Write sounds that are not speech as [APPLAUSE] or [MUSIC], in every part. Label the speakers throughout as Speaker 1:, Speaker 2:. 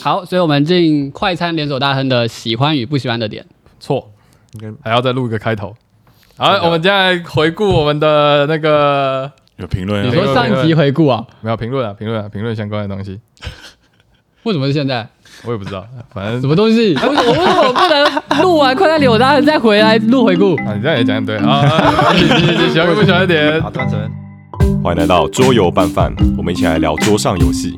Speaker 1: 好，所以我们进快餐连锁大亨的喜欢与不喜欢的点。
Speaker 2: 错，
Speaker 3: 应该
Speaker 2: 还要再录一个开头。好
Speaker 3: 真，的
Speaker 2: 我们现在回顾我们的那个
Speaker 3: 有评论
Speaker 1: 你
Speaker 3: 啊，
Speaker 1: 说上集回顾啊？
Speaker 2: 没有评论啊，评论啊，评论相关的东西，
Speaker 1: 为什么是现在？
Speaker 2: 我也不知道，反正
Speaker 1: 什么东西？哎我为什么我不能录完快餐连锁大亨再回来录回顾？
Speaker 2: 啊，你这样也讲得对啊啊，继续继续喜欢不喜欢一点
Speaker 3: 好，段成。
Speaker 4: 欢迎来到桌游拌饭，我们一起来聊桌上游戏。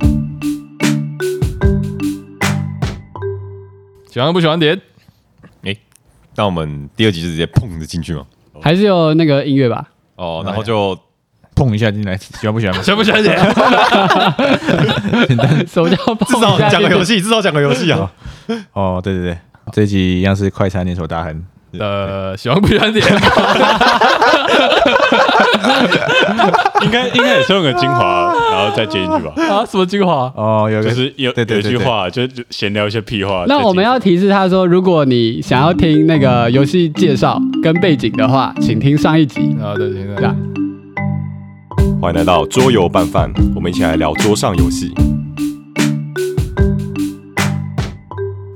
Speaker 2: 喜欢不喜欢点，
Speaker 5: 那我们第二集就直接砰着进去嘛。
Speaker 1: 还是有那个音乐吧？
Speaker 5: 哦，然后就
Speaker 3: 碰一下进来，喜欢不喜欢？
Speaker 2: 喜欢不喜欢点，
Speaker 1: 什么叫
Speaker 5: 至
Speaker 1: 碰
Speaker 5: 少
Speaker 1: 一下
Speaker 5: 讲个
Speaker 1: 就
Speaker 5: 游戏，至少讲个游戏啊。
Speaker 3: [LAUGHS] 哦，对对对，这一集一样是快餐连锁大亨。
Speaker 2: 呃，喜欢不喜欢点，
Speaker 4: [LAUGHS] 应该应该也是用个精
Speaker 5: [LAUGHS]
Speaker 4: 华，然后再接进去吧。
Speaker 2: [LAUGHS] 啊，什么精华？
Speaker 3: 哦，有一个
Speaker 4: 就是有
Speaker 3: 对对
Speaker 4: 有一
Speaker 3: 对
Speaker 4: 句话，就就闲聊一些屁话。
Speaker 1: 那我们要提示他说，如果你想要听那个游戏介绍跟背景的话，请听上一集。
Speaker 2: 啊，对，行
Speaker 1: 对啊
Speaker 2: 对，
Speaker 4: 欢迎来到桌游拌饭，我们一起来聊桌上游戏。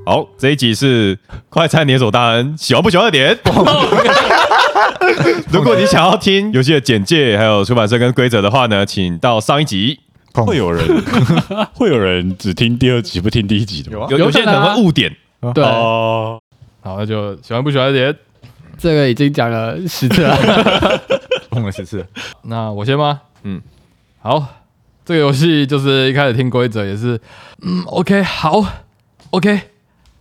Speaker 5: 好，这一集是快餐连锁大恩，喜欢不喜欢的
Speaker 4: [LAUGHS]
Speaker 5: 点。如果你想要听游戏的简介，还有出版社跟规则的话呢，请到上一集。
Speaker 4: 会有人会有人只听第二集不听第一集的吗？
Speaker 3: 啊
Speaker 5: 有
Speaker 1: 有
Speaker 5: 有些人
Speaker 1: 可
Speaker 5: 可
Speaker 1: 能啊
Speaker 5: 能会误点，
Speaker 1: 对，
Speaker 4: 哦，
Speaker 2: 好，那就喜欢不喜欢点，
Speaker 1: 这个已经讲了十次了。
Speaker 3: 碰了十次，
Speaker 2: 那我先吗？嗯
Speaker 5: 嗯，
Speaker 2: 好，这个游戏就是一开始听规则也是，嗯，OK，好，OK，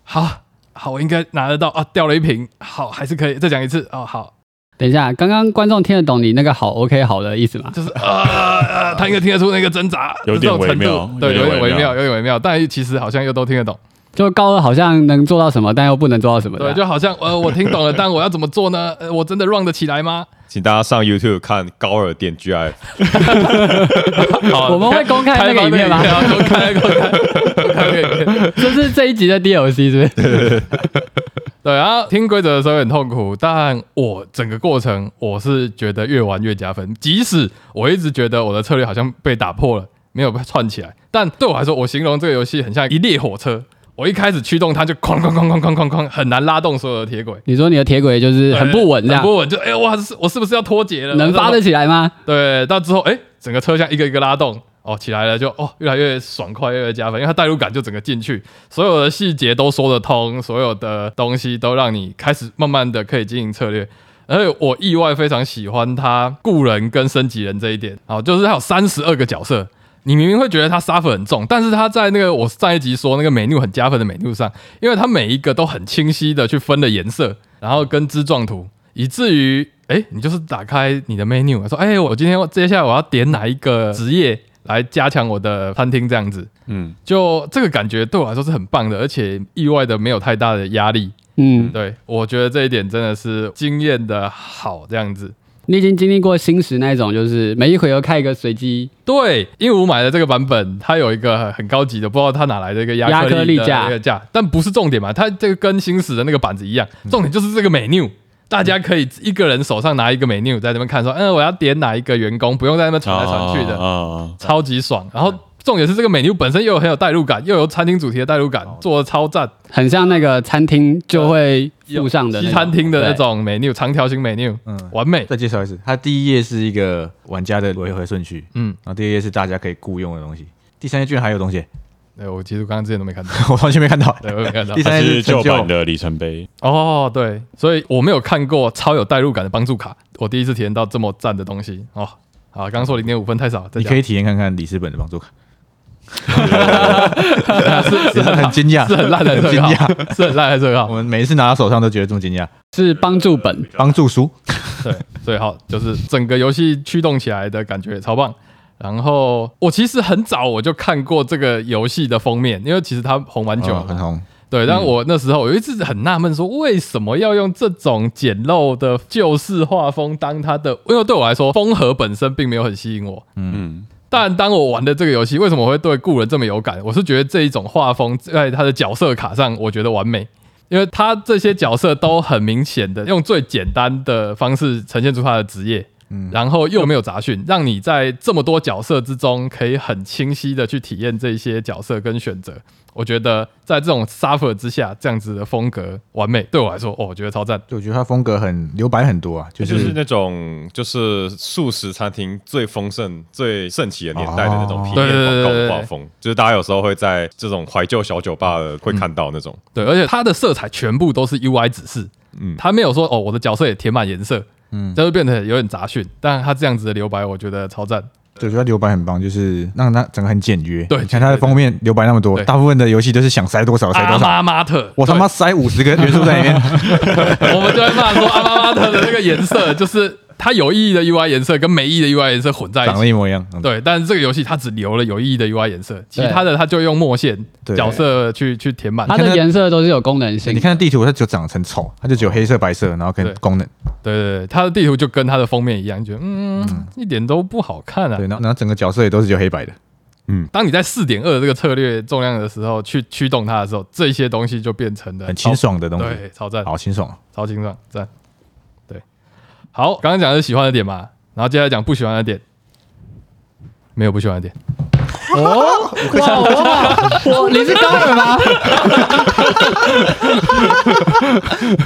Speaker 2: 好，好，我应该拿得到啊，掉了一瓶，好，还是可以，再讲一次，哦，好，
Speaker 1: 等一下，刚刚观众听得懂你那个好 OK 好的意思吗？
Speaker 2: 就是啊、呃，他应该听得出那个挣扎，
Speaker 4: 有点
Speaker 2: 这种程度
Speaker 4: 微妙
Speaker 2: 对，有
Speaker 4: 有点
Speaker 2: 点微
Speaker 4: 微
Speaker 2: 妙，
Speaker 4: 妙
Speaker 2: 有点微妙，但其实好像又都听得懂，
Speaker 1: 就高二好像能做到什么，但又不能做到什么
Speaker 2: 对，
Speaker 1: 的。
Speaker 2: 就好像呃，我听懂了，但我要怎么做呢？呃，我真的 run 得起来吗？
Speaker 5: 请大家上 YouTube 看高尔点 GIF。
Speaker 2: 好，
Speaker 1: [LAUGHS] 我们会公开那个影片吗
Speaker 2: 开 [LAUGHS] 放那个影片啊公开，公开，公开那个影片。
Speaker 1: 这是这一集的 DLC 是不是？
Speaker 2: 对，然后听规则的时候很痛苦，但我整个过程我是觉得越玩越加分，即使我一直觉得我的策略好像被打破了，没有被串起来，但对我来说，我形容这个游戏很像一列火车，我一开始驱动它就哐哐哐哐哐哐哐，很难拉动所有的铁轨，
Speaker 1: 你说你的铁轨就是很不稳，这
Speaker 2: 很
Speaker 1: 样
Speaker 2: 不稳，就哎、哇，是我是不是要脱节了？
Speaker 1: 能发得
Speaker 2: 然后
Speaker 1: 起来吗？
Speaker 2: 对，到之后哎、整个车厢一个一个拉动。哦，起来了就哦，越来越爽快，越来越加分，因为它代入感就整个进去，所有的细节都说得通，所有的东西都让你开始慢慢的可以经营策略。而且我意外非常喜欢他雇人跟升级人这一点，好，就是他有三十二个角色。你明明会觉得他 suffer 很重，但是他在那个我上一集说那个美怒很加分的美怒上，因为他每一个都很清晰的去分了颜色，然后跟枝状图，以至于哎、诶你就是打开你的 menu，说哎、诶我今天接下来我要点哪一个职业来加强我的餐厅这样子，
Speaker 4: 嗯，
Speaker 2: 就这个感觉对我来说是很棒的，而且意外的没有太大的压力。
Speaker 1: 嗯，
Speaker 2: 对，我觉得这一点真的是经验的好，这样子。
Speaker 1: 你已经经历过新时那种，就是每一回合开一个随机，
Speaker 2: 对，鹦鹉买的这个版本，它有一个很高级的，不知道它哪来的一个
Speaker 1: 亚
Speaker 2: 亚
Speaker 1: 克
Speaker 2: 克
Speaker 1: 力
Speaker 2: 力
Speaker 1: 架
Speaker 2: 架，那个架，但不是重点嘛，它这个跟新史的那个板子一样，重点就是这个 menu，大家可以一个人手上拿一个 menu 在那边看，说，嗯，我要点哪一个员工，不用在那边传来传去
Speaker 6: 哦
Speaker 2: 的，
Speaker 4: 啊，
Speaker 2: 超级爽。然后重点是这个 menu 本身又有很有代入感，又有餐厅主题的代入感，做的超赞。
Speaker 1: 很像那个餐厅就会附上的那
Speaker 2: 嗯西
Speaker 1: 种
Speaker 2: 餐厅的那。种 menu，长条形 menu，
Speaker 3: 嗯
Speaker 2: 完美。
Speaker 3: 再介绍一次，它第一页是一个玩家的回合顺序，
Speaker 2: 嗯，
Speaker 3: 然后第二页是大家可以雇佣的东西，第三页居然还有东西， [LAUGHS]
Speaker 2: 对我其实刚刚之前都没看到。
Speaker 3: 我完全没看到。
Speaker 2: 对，我有看到
Speaker 3: 第。
Speaker 4: 它
Speaker 3: 三页
Speaker 4: 是旧
Speaker 3: 成
Speaker 4: 版
Speaker 3: 就，
Speaker 4: 的里程碑，
Speaker 2: 哦，对，所以我没有看过超有代入感的帮助卡，我第一次体验到这么赞的东西哦。好，刚刚说零点五分太少，再
Speaker 3: 你
Speaker 2: 讲
Speaker 3: 可以体验看看里斯本的帮助卡，
Speaker 2: 是
Speaker 3: 也
Speaker 2: 是
Speaker 3: 是
Speaker 2: 很
Speaker 3: 很惊讶，
Speaker 2: 是很烂的
Speaker 3: 很
Speaker 2: 这
Speaker 3: 惊
Speaker 2: 个
Speaker 3: [LAUGHS] 讶。
Speaker 2: 号，是很烂的这个
Speaker 3: 我
Speaker 2: 号。
Speaker 3: 们每一次拿到手上都觉得这么惊讶。
Speaker 1: 是帮助本，
Speaker 3: 帮助书，
Speaker 2: 对，所以好，就是整个游戏驱动起来的感觉也超棒。然后我其实很早我就看过这个游戏的封面，因为其实它红蛮久了
Speaker 3: 哦
Speaker 2: 嘛，
Speaker 3: 很红。
Speaker 2: 对，但我那时候我一直很纳闷，说为什么要用这种简陋的旧式画风当它的？因为对我来说，风和本身并没有很吸引我。
Speaker 4: 嗯，
Speaker 2: 但当我玩的这个游戏，为什么我会对故人这么有感？我是觉得这一种画风在他的角色卡上，我觉得完美，因为他这些角色都很明显的用最简单的方式呈现出他的职业。
Speaker 3: 嗯
Speaker 2: 然后又没有杂讯，让你在这么多角色之中可以很清晰的去体验这些角色跟选择。我觉得在这种 suffer 之下，这样子的风格完美，对我来说，哦，我觉得超赞。
Speaker 3: 对，我觉得他风格很留白很
Speaker 2: 哎
Speaker 3: 多啊，就
Speaker 5: 就是
Speaker 3: 是
Speaker 5: 那种就是素食餐厅最丰盛、最盛期的年代的那种
Speaker 3: 哦
Speaker 5: 平
Speaker 2: 对
Speaker 5: 面
Speaker 2: 对
Speaker 5: 广告
Speaker 2: 对对
Speaker 5: 的画风，就是大家有时候会在这种怀旧小酒吧的会看到那种。
Speaker 2: 对，而且它的色彩全部都是 UI 指示，嗯，它没有说哦，我的角色也填满颜色，嗯，这就变得有点杂讯。但它这样子的留白，我觉得超赞。
Speaker 3: 对，我觉得留白很棒，就是让它整个很简约。
Speaker 2: 对
Speaker 3: 你看它的封面留白那么多
Speaker 2: 对，啊
Speaker 3: 大部分的游戏都是想塞多少塞
Speaker 2: 阿
Speaker 3: 多少。
Speaker 2: 妈妈特，
Speaker 3: 我他妈塞五十个元素在里
Speaker 2: [LAUGHS]
Speaker 3: 面， [LAUGHS]
Speaker 2: 对，我们就会骂说阿妈妈特的那个颜色，就是它有意义的 UI 颜色跟没意义的 UI 颜色混在一
Speaker 3: 长
Speaker 2: 起
Speaker 3: 得。一模一样。嗯
Speaker 2: 对，但是这个游戏它只留了有意义的 UI 颜色，其
Speaker 1: 对
Speaker 2: 他的它就用墨线
Speaker 3: 对
Speaker 2: 角色去去填满。
Speaker 1: 它
Speaker 3: 看
Speaker 1: 的
Speaker 3: 它
Speaker 1: 颜色都是有功能
Speaker 3: 对
Speaker 1: 性
Speaker 3: 你
Speaker 1: 的。
Speaker 3: 看地图，它就长得很丑，它就只有黑色、白色，然后跟
Speaker 2: 对
Speaker 3: 功能。
Speaker 2: 对对对，它的地图就跟它的封面一样，你觉得嗯一点都不好看啊
Speaker 3: 对，。然后然后整个角色也都是只有黑白的。
Speaker 2: 当你在四点二这个策略重量的时候去驱动它的时候，这些东西就变成了
Speaker 3: 很清爽的
Speaker 2: 超，
Speaker 3: 东西，
Speaker 2: 对，超赞，
Speaker 3: 好清爽哦。
Speaker 2: 超清爽，赞。对，好，刚刚讲的是喜欢的点嘛，然后接下来讲不喜欢的点，没有不喜欢的点。
Speaker 1: 哦，哇哇，我 [LAUGHS] 你是高尔吗？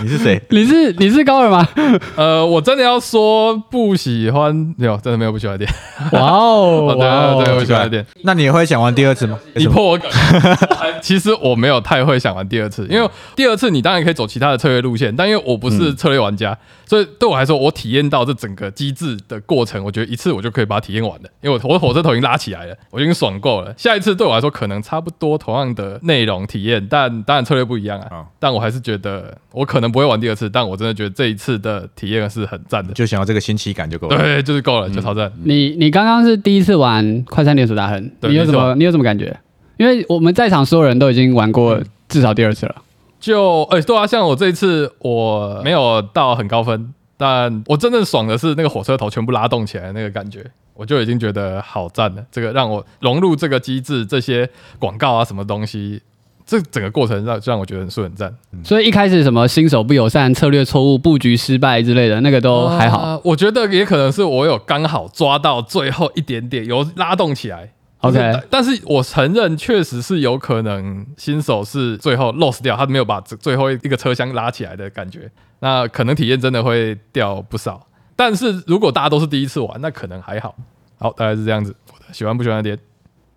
Speaker 3: 你是谁？
Speaker 1: 你是你是高尔吗？
Speaker 2: 呃，我真的要说不喜欢，没有，真的没有不喜欢的点。
Speaker 1: 哇哦
Speaker 2: [LAUGHS] 哦，，对
Speaker 1: 哇
Speaker 2: 啊对，
Speaker 1: 哦
Speaker 2: 我喜欢的点。
Speaker 3: 那你也会想玩第二次吗？
Speaker 2: 你破我梗。 [LAUGHS] 其实我没有太会想玩第二次，因为第二次你当然可以走其他的策略路线，但因为我不是策略玩
Speaker 3: 嗯
Speaker 2: 家，所以对我来说，我体验到这整个机制的过程，我觉得一次我就可以把它体验完了，因为我我火车头已经拉起来了，我已经爽够了。下一次对我来说，可能差不多同样的内容体验，但当然策略不一样啊
Speaker 3: 好。
Speaker 2: 但我还是觉得我可能不会玩第二次，但我真的觉得这一次的体验是很赞的。
Speaker 3: 就想要这个新奇感就够了。
Speaker 2: 对，就是够了，就超赞。
Speaker 1: 你你刚刚是第一次玩快餐连锁大亨，
Speaker 2: 对
Speaker 1: 你有什
Speaker 2: 第一次
Speaker 1: 么你有什么感觉？因为我们在场所有人都已经玩过至少第二次了。
Speaker 2: 就哎、对啊，像我这一次我没有到很高分，但我真正爽的是那个火车头全部拉动起来的那个感觉，我就已经觉得好赞了。这个让我融入这个机制，这些广告啊什么东西，这整个过程让让我觉得很顺很赞。
Speaker 1: 所以一开始什么新手不友善、策略错误、布局失败之类的，那个都哦还好。
Speaker 2: 啊我觉得也可能是我有刚好抓到最后一点点，有拉动起来。
Speaker 1: OK
Speaker 2: 但但是我承认，确实是有可能新手是最后 lost 掉，他没有把最最后一个车厢拉起来的感觉，那可能体验真的会掉不少。但是如果大家都是第一次玩，那可能还好。好，大概是这样子。我的喜欢不喜欢的点，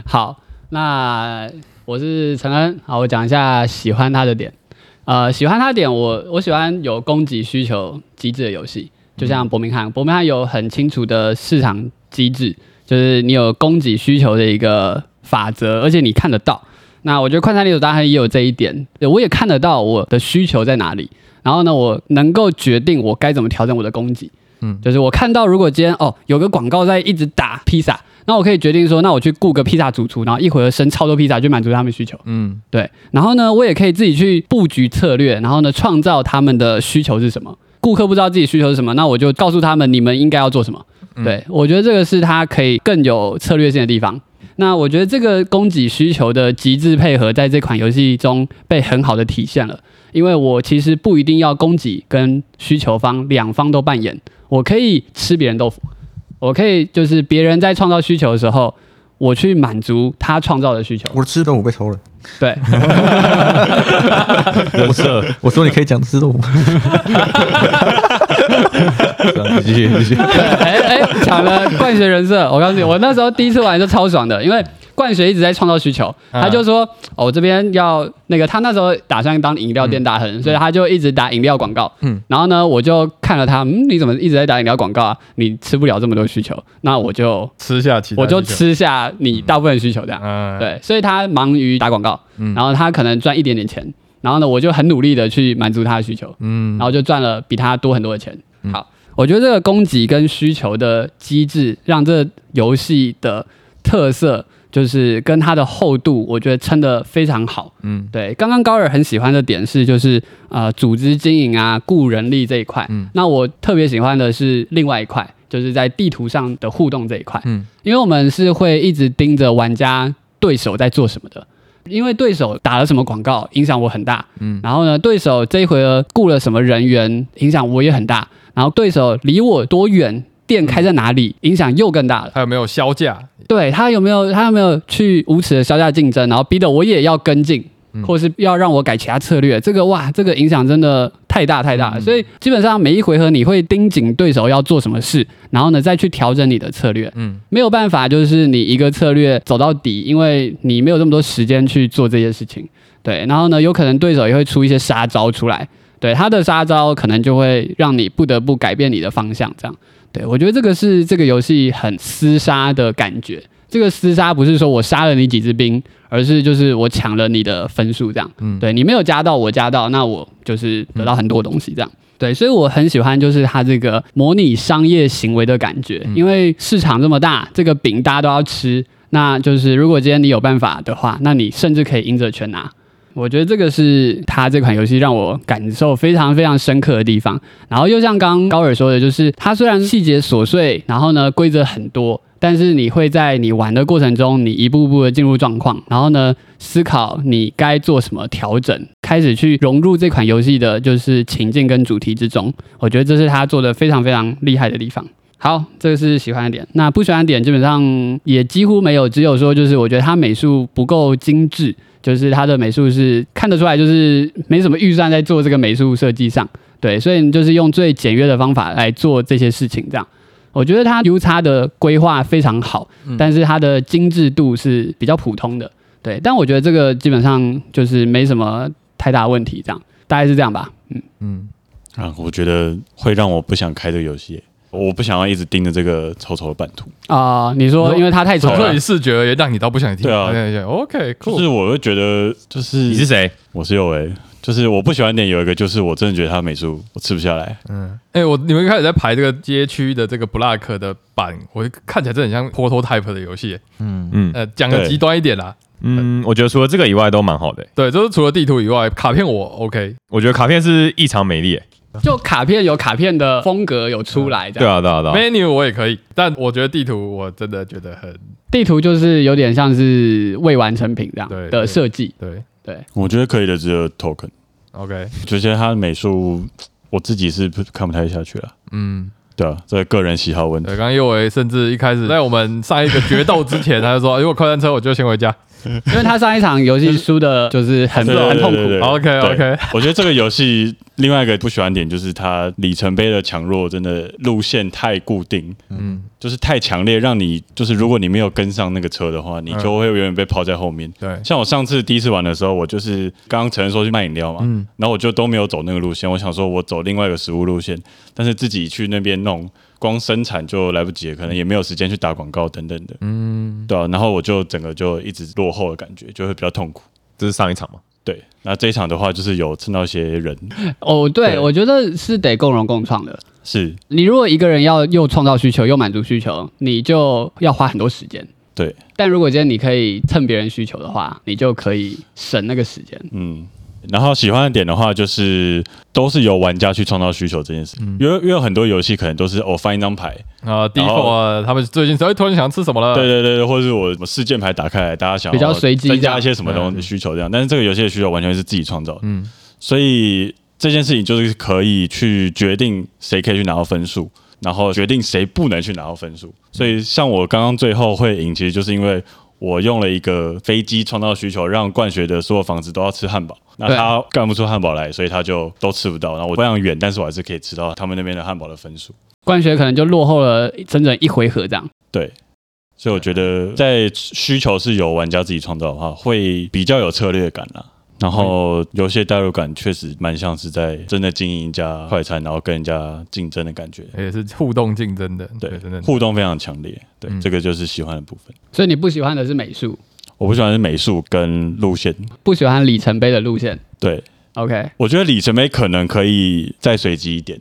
Speaker 1: 好，那我是陈恩，好，我讲一下喜欢他的点。呃，喜欢他的点，我我喜欢有供给需求机制的游戏，就像伯明翰，伯明翰有很清楚的市场机制，就是你有供给需求的一个法则，而且你看得到。那我觉得快餐连锁大亨也有这一点，对我也看得到我的需求在哪里，然后呢，我能够决定我该怎么调整我的供给。
Speaker 2: 嗯
Speaker 1: 就是我看到如果今天哦有个广告在一直打披萨，那我可以决定说，那我去雇个披萨主厨，然后一会儿生超多披萨去满足他们需求。
Speaker 2: 嗯，
Speaker 1: 对，然后呢，我也可以自己去布局策略，然后呢，创造他们的需求是什么。顾客不知道自己需求是什么，那我就告诉他们你们应该要做什么。对我觉得这个是他可以更有策略性的地方。那我觉得这个供给需求的极致配合，在这款游戏中被很好的体现了。因为我其实不一定要供给跟需求方两方都扮演，我可以吃别人豆腐，我可以就是别人在创造需求的时候，我去满足他创造的需求。
Speaker 3: 我的吃豆腐被偷了。
Speaker 1: 对，
Speaker 5: 人设
Speaker 3: 我说你可以讲吃豆 [LAUGHS] 腐。这样啊继续继续。
Speaker 1: 对哎哎，抢了冠学人设。我告诉你，我那时候第一次玩就超爽的，因为冠学一直在创造需求，
Speaker 2: 嗯
Speaker 1: 他就说哦，我这边要那个，他那时候打算当饮料店大亨，所以他就一直打饮料广告。嗯
Speaker 2: 嗯，
Speaker 1: 然后呢，我就看了他，嗯，你怎么一直在打饮料广告啊？你吃不了这么多需求，那我就
Speaker 2: 吃下其他
Speaker 1: 我就
Speaker 2: 需求，
Speaker 1: 吃下你大部分需求这样。
Speaker 2: 嗯，
Speaker 1: 对，所以他忙于打广告，然后他可能赚一点点钱，然后呢，我就很努力的去满足他的需求，嗯，然后就赚了比他多很多的钱。好，我觉得这个供给跟需求的机制，让这游戏的特色就是跟它的厚度，我觉得撑得非常好。嗯，对，刚刚高尔很喜欢的点是，就是呃，组织经营啊，雇人力这一块。嗯，那我特别喜欢的是另外一块，就是在地图上的互动这一块。嗯
Speaker 2: 嗯，
Speaker 1: 因为我们是会一直盯着玩家对手在做什么的。因为对手打了什么广告，影响我很大。嗯，然后呢，对手这一回合雇了什么人员，影响我也很大。然后对手离我多远，店开在哪里，影响又更大了。
Speaker 2: 还有没有销价？
Speaker 1: 对他有没有他有没有去无耻的销价竞争，然后逼得我也要跟进，或是要让我改其他策略？这个哇，这个影响真的太大太大了。所以基本上每一回合你会盯紧对手要做什么事，然后呢再去调整你的策略。
Speaker 2: 嗯，
Speaker 1: 没有办法，就是你一个策略走到底，因为你没有这么多时间去做这些事情。对，然后呢，有可能对手也会出一些杀招出来，对他的杀招可能就会让你不得不改变你的方向，这样。对我觉得这个是这个游戏很厮杀的感觉。这个厮杀不是说我杀了你几支兵，而是就是我抢了你的分数这样。
Speaker 2: 嗯
Speaker 1: 对你没有加到，我加到，那我就是得到很多东西这样。对，所以我很喜欢就是它这个模拟商业行为的感觉，因为市场这么大，这个饼大家都要吃。那就是如果今天你有办法的话，那你甚至可以赢者全拿。我觉得这个是它这款游戏让我感受非常非常深刻的地方。然后又像刚刚高尔说的，就是它虽然细节琐碎，然后呢规则很多，但是你会在你玩的过程中，你一步步的进入状况，然后呢思考你该做什么调整，开始去融入这款游戏的就是情境跟主题之中。我觉得这是它做的非常非常厉害的地方。好，这个是喜欢的点。那不喜欢的点基本上也几乎没有，只有说就是我觉得它美术不够精致，就是它的美术是看得出来，就是没什么预算在做这个美术设计上。对，所以就是用最简约的方法来做这些事情，这样。我觉得它 U 叉的规划非常好，但是它的精致度是比较普通的。对，但我觉得这个基本上就是没什么太大问题，这样大概是这样吧。嗯，
Speaker 6: 啊，我觉得会让我不想开这个游戏，我不想要一直盯着这个丑丑的版图。
Speaker 1: 啊、你说因为它太丑
Speaker 2: 纯
Speaker 1: 了
Speaker 2: 粹以，视觉而言，让你倒不想听。哎
Speaker 6: 对啊
Speaker 2: ，OK，
Speaker 6: 就
Speaker 2: cool。
Speaker 6: 是我会觉得，就是
Speaker 5: 你是谁？
Speaker 6: 我是有为，就是我不喜欢点有一个，就是我真的觉得他美术我吃不下来。
Speaker 2: 哎，我你们一开始在排这个街区的这个 block 的版，我看起来真的很像 prototype 的游戏。
Speaker 5: 嗯
Speaker 2: 呃，讲的
Speaker 6: 对
Speaker 2: 极端一点啦，
Speaker 5: 嗯，我觉得除了这个以外都蛮好的、
Speaker 2: 对，就是除了地图以外，卡片我 OK。
Speaker 5: 我觉得卡片是异常美丽、欸。
Speaker 1: 就卡片有卡片的风格有出来，这
Speaker 5: 对
Speaker 1: 样、
Speaker 5: 啊，对啊，对啊。
Speaker 2: menu 我也可以，但我觉得地图我真的觉得很
Speaker 1: 地图就是有点像是未完成品这样
Speaker 2: 对
Speaker 1: 的设计。
Speaker 2: 对。
Speaker 6: 我觉得可以的只有 token，
Speaker 2: OK，
Speaker 6: 就觉得他的美术我自己是不看不太下去了。
Speaker 2: 嗯，
Speaker 6: 对啊，这个个人喜好问题
Speaker 2: 对，。刚刚右维甚至一开始在我们上一个决斗之前，他就说：“如果快战车，我就先回家。
Speaker 1: 因为他上一场游戏输的就是很
Speaker 6: 对对
Speaker 1: 很痛
Speaker 6: 对对
Speaker 1: 苦，
Speaker 6: 对
Speaker 2: OK，OK
Speaker 6: 对 [LAUGHS] 我觉得这个游戏另外一个不喜欢点就是它里程碑的强弱真的路线太固定，嗯，就是太强烈，让你就是如果你没有跟上那个车的话，你就会永远被抛在后面。
Speaker 2: 对
Speaker 6: 像我上次第一次玩的时候，我就是刚刚承认说去卖饮料嘛，然后我就都没有走那个路线，我想说我走另外一个食物路线，但是自己去那边弄。光生产就来不及了，可能也没有时间去打广告等等的，嗯，对啊，然后我就整个就一直落后的感觉，就会比较痛苦。
Speaker 5: 这是上一场嘛？
Speaker 6: 对，那这一场的话，就是有蹭到一些人，
Speaker 1: 哦，对，
Speaker 6: 对
Speaker 1: 我觉得是得共荣共创的。
Speaker 6: 是
Speaker 1: 你如果一个人要又创造需求又满足需求，你就要花很多时间。
Speaker 6: 对，
Speaker 1: 但如果今天你可以蹭别人需求的话，你就可以省那个时间。
Speaker 6: 嗯。然后喜欢的点的话，就是都是由玩家去创造需求这件事，因为因为有很多游戏可能都是我、哦、翻一张牌，
Speaker 2: 啊，第一
Speaker 6: 然后
Speaker 2: 啊，他们最近哎突然想吃什么了？
Speaker 6: 对对对，对或者是我我事件牌打开来，大家想
Speaker 1: 比
Speaker 6: 要
Speaker 1: 较随机
Speaker 6: 增
Speaker 1: 这
Speaker 6: 加
Speaker 1: 样
Speaker 6: 一些什么东西需求这样，但是这个游戏的需求完全是自己创造的，
Speaker 2: 嗯
Speaker 6: 所以这件事情就是可以去决定谁可以去拿到分数，然后决定谁不能去拿到分数。所以像我刚刚最后会赢，其实就是因为我用了一个飞机创造需求，让冠学的所有房子都要吃汉堡。那
Speaker 1: 对
Speaker 6: 他干不出汉堡来，所以他就都吃不到。然后我非常远，但是我还是可以吃到他们那边的汉堡的分数。
Speaker 1: 冠学可能就落后了整整一回合这样。
Speaker 6: 对，所以我觉得在需求是由玩家自己创造的话，会比较有策略感啦。然后有些代入感确实蛮像是在真的经营一家快餐，然后跟人家竞争的感觉。
Speaker 2: 也是互动竞争的，
Speaker 6: 对，
Speaker 2: 真的
Speaker 6: 互动非常强烈。对，
Speaker 2: 嗯
Speaker 6: 这个就是喜欢的部分。
Speaker 1: 所以你不喜欢的是美术，
Speaker 6: 我不喜欢是美术跟路线。
Speaker 1: 不喜欢里程碑的路线。
Speaker 6: 对，
Speaker 1: OK，
Speaker 6: 我觉得里程碑可能可以再随机一点，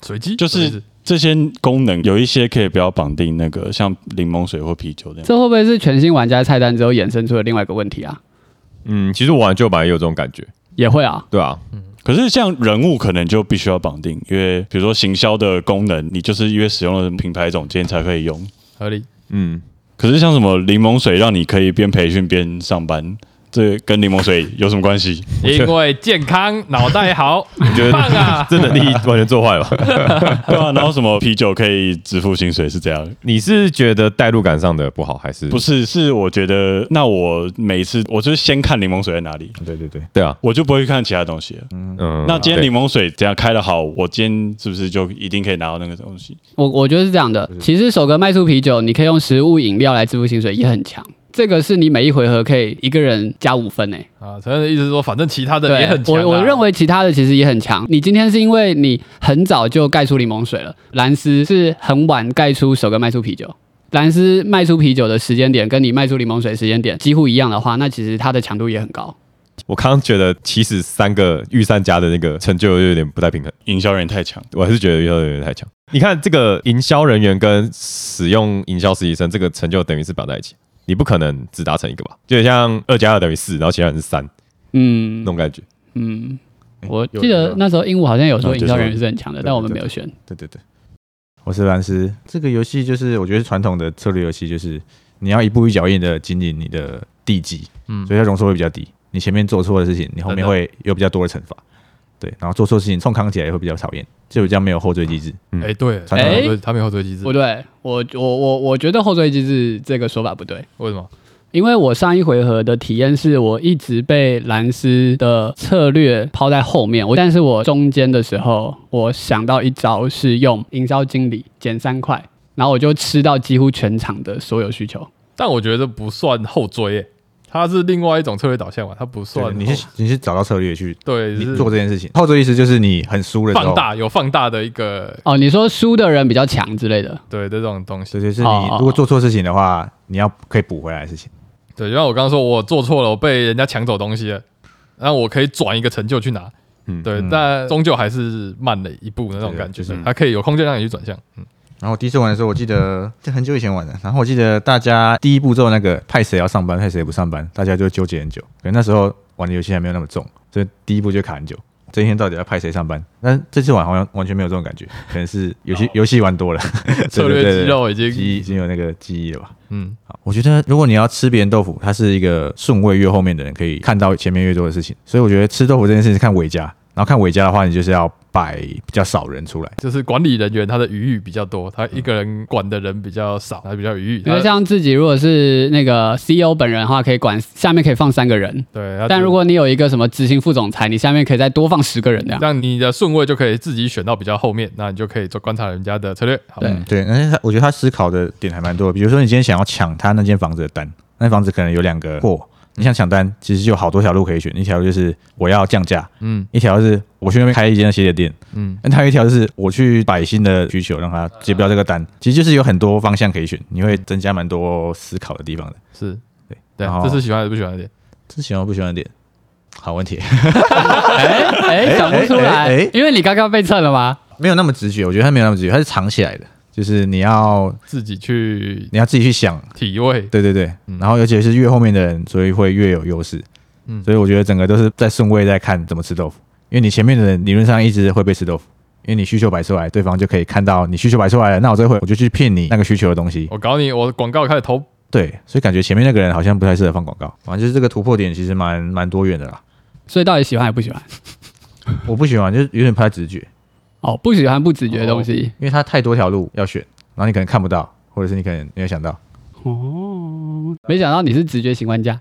Speaker 2: 随机
Speaker 6: 就
Speaker 2: 什么意思
Speaker 6: 是这些功能有一些可以不要绑定那个，像柠檬水或啤酒这样。
Speaker 1: 这会不会是全新玩家菜单之后衍生出的另外一个问题啊？
Speaker 5: 嗯，其实我玩旧版也有这种感觉。
Speaker 1: 也会啊，
Speaker 5: 对啊，
Speaker 6: 可是像人物可能就必须要绑定，因为比如说行销的功能，你就是因为使用了品牌总监才可以用。
Speaker 2: 合理。
Speaker 5: 嗯，
Speaker 6: 可是像什么柠檬水，让你可以边培训边上班，这跟柠檬水有什么关 [LAUGHS] 系？
Speaker 2: 因为健康，脑袋好，棒啊！
Speaker 5: 这能力完全做坏了。
Speaker 6: 对啊，然后什么啤酒可以支付薪水是这样？
Speaker 5: 你是觉得代入感上的不好，还是
Speaker 6: 不？是，是我觉得那我每一次我就是先看柠檬水在哪里，
Speaker 3: 对对对，
Speaker 5: 对啊，
Speaker 6: 我就不会去看其他东西了。
Speaker 5: 嗯。
Speaker 6: 那今天
Speaker 5: 对
Speaker 6: 柠檬水怎样开的好，我今天是不是就一定可以拿到那个东西？
Speaker 1: 我我觉得是这样的，其实首格卖出啤酒，你可以用食物饮料来支付薪水，也很强。这个是你每一回合可以一个人加五分诶、欸
Speaker 2: 啊，陈恩的意思是说，反正其他的
Speaker 1: 对
Speaker 2: 也很强啊。
Speaker 1: 我我认为其他的其实也很强。你今天是因为你很早就盖出柠檬水了，蓝斯是很晚盖出首个卖出啤酒。蓝斯卖出啤酒的时间点跟你卖出柠檬水的时间点几乎一样的话，那其实它的强度也很高。
Speaker 5: 我刚刚觉得，其实三个御三家的那个成就有点不太平衡，
Speaker 6: 营销人太强，
Speaker 5: 我还是觉得营销人员太强。你看这个营销人员跟使用营销实习生这个成就等于是绑在一起，你不可能只达成一个吧？就像二加二等于四，然后其他人是三那
Speaker 1: 嗯
Speaker 5: 种感觉。
Speaker 1: 嗯，
Speaker 3: 哎
Speaker 1: 我记得那时候鹦鹉好像有说营销人员是很强的，但我们没有选。
Speaker 3: 对对对，我是蓝斯。这个游戏就是我觉得传统的策略游戏，就是你要一步一脚印的经营你的地基，
Speaker 2: 嗯
Speaker 3: 所以它容错会比较低。你前面做错的事情，你后
Speaker 2: 真
Speaker 3: 面
Speaker 2: 的
Speaker 3: 会有比较多的惩罚，对，然后做错事情冲康起来也会比较讨厌，就比较没有后缀机制。
Speaker 5: 嗯
Speaker 2: 哎，对，
Speaker 3: 传
Speaker 1: 统
Speaker 2: 哎，对他没有后追机制
Speaker 1: 不，哦对，我我我我觉得后缀机制这个说法不对。
Speaker 2: 为什么？
Speaker 1: 因为我上一回合的体验是我一直被蓝斯的策略抛在后面，我但是我中间的时候，我想到一招是用营销经理减三块，然后我就吃到几乎全场的所有需求。
Speaker 2: 但我觉得不算后追，哎它是另外一种策略导向嘛，它不
Speaker 3: 对，
Speaker 2: 算。
Speaker 3: 你是你是找到策略去
Speaker 2: 对
Speaker 3: 你
Speaker 2: 是
Speaker 3: 做这件事情，后缀意思就是你很输了之
Speaker 2: 放
Speaker 3: 后，
Speaker 2: 大有放大的一个
Speaker 1: 哦，你说输的人比较强之类的，
Speaker 2: 对这种东西。
Speaker 3: 对，就是
Speaker 1: 哦哦
Speaker 3: 你
Speaker 1: 哦
Speaker 3: 如果做错事情的话，你要可以补回来的事情。
Speaker 2: 对，就像我刚刚说，我做错了，我被人家抢走东西了，然后我可以转一个成就去拿。
Speaker 5: 嗯
Speaker 2: 对，
Speaker 3: 嗯
Speaker 2: 但终究还是慢了一步那种
Speaker 3: 对
Speaker 2: 感觉，
Speaker 3: 就是
Speaker 2: 它可以有空间让你去转向。
Speaker 3: 然后我第一次玩的时候，我记得这很久以前玩的。然后我记得大家第一步骤那个派谁要上班，派谁不上班，大家就纠结很久。可能那时候玩的游戏还没有那么重，所以第一步就卡很久。这一天到底要派谁上班？但这次玩好像完全没有这种感觉，可能是游戏游戏玩多
Speaker 2: [LAUGHS]
Speaker 3: 了，
Speaker 2: 哦策略肌肉已经
Speaker 3: 对对对对记忆已经有那个记忆了吧？
Speaker 2: 嗯，
Speaker 3: 好我觉得如果你要吃别人豆腐，它是一个顺位越后面的人可以看到前面越多的事情，所以我觉得吃豆腐这件事情是看尾家，然后看尾家的话，你就是要摆比较少人出来。
Speaker 2: 就是管理人员他的余裕比较多，他一个人管的人比较少，他比较有余裕。
Speaker 1: 比如
Speaker 2: 他
Speaker 1: 像自己如果是那个 CEO 本人的话，可以管下面可以放三个人，
Speaker 2: 对，
Speaker 3: 啊
Speaker 2: 他
Speaker 1: 但
Speaker 2: 就
Speaker 1: 如果你有一个什么执行副总裁，你下面可以再多放十个人这样。
Speaker 2: 让你的顺位就可以自己选到比较后面，那你就可以做观察人家的策略。好
Speaker 1: 对
Speaker 3: 嗯，对，而且他我觉得他思考的点还蛮多的。比如说，你今天想要抢他那间房子的单，那间房子可能有两个货，你想抢单，其实就有好多条路可以选。一条就是我要降价，
Speaker 2: 嗯
Speaker 3: 一条是我去那边开一间鞋的店，
Speaker 2: 嗯，
Speaker 3: 那还有一条就是我去摆新的需求，让他接不到这个单。其实就是有很多方向可以选，你会增加蛮多思考的地方的。
Speaker 2: 是
Speaker 3: 对
Speaker 2: 对
Speaker 3: 然，后
Speaker 2: 这是喜欢还是不喜欢的点？
Speaker 3: 这喜欢不喜欢的点？好问题，
Speaker 1: 哎哎，想不出
Speaker 3: [LAUGHS] 哎哎
Speaker 1: 来
Speaker 3: 哎，
Speaker 1: 因为你刚刚被蹭了吗？
Speaker 3: [LAUGHS] 没有那么直觉，我觉得他没有那么直觉，他是藏起来的，就是你要
Speaker 2: 自己去
Speaker 3: 你要自己去想
Speaker 2: 体味。
Speaker 3: 对对对，
Speaker 2: 嗯
Speaker 3: 然后尤其是越后面的人，所以会越有优势。
Speaker 2: 嗯
Speaker 3: 所以我觉得整个都是在顺位在看怎么吃豆腐，因为你前面的人理论上一直会被吃豆腐，因为你需求摆出来，对方就可以看到你需求摆出来了，那我这回我就去骗你那个需求的东西。
Speaker 2: 我搞你，我广告开始投，
Speaker 3: 对，所以感觉前面那个人好像不太适合放广告。反正就是这个突破点其实蛮蛮多元的啦，
Speaker 1: 所以到底喜欢还不喜欢？
Speaker 3: 我不喜欢，就是有点不太直觉，
Speaker 1: 哦，不喜欢不直觉的东西。
Speaker 3: 因为它太多条路要选，然后你可能看不到，或者是你可能没有想到。
Speaker 1: 没想到你是直觉型玩家，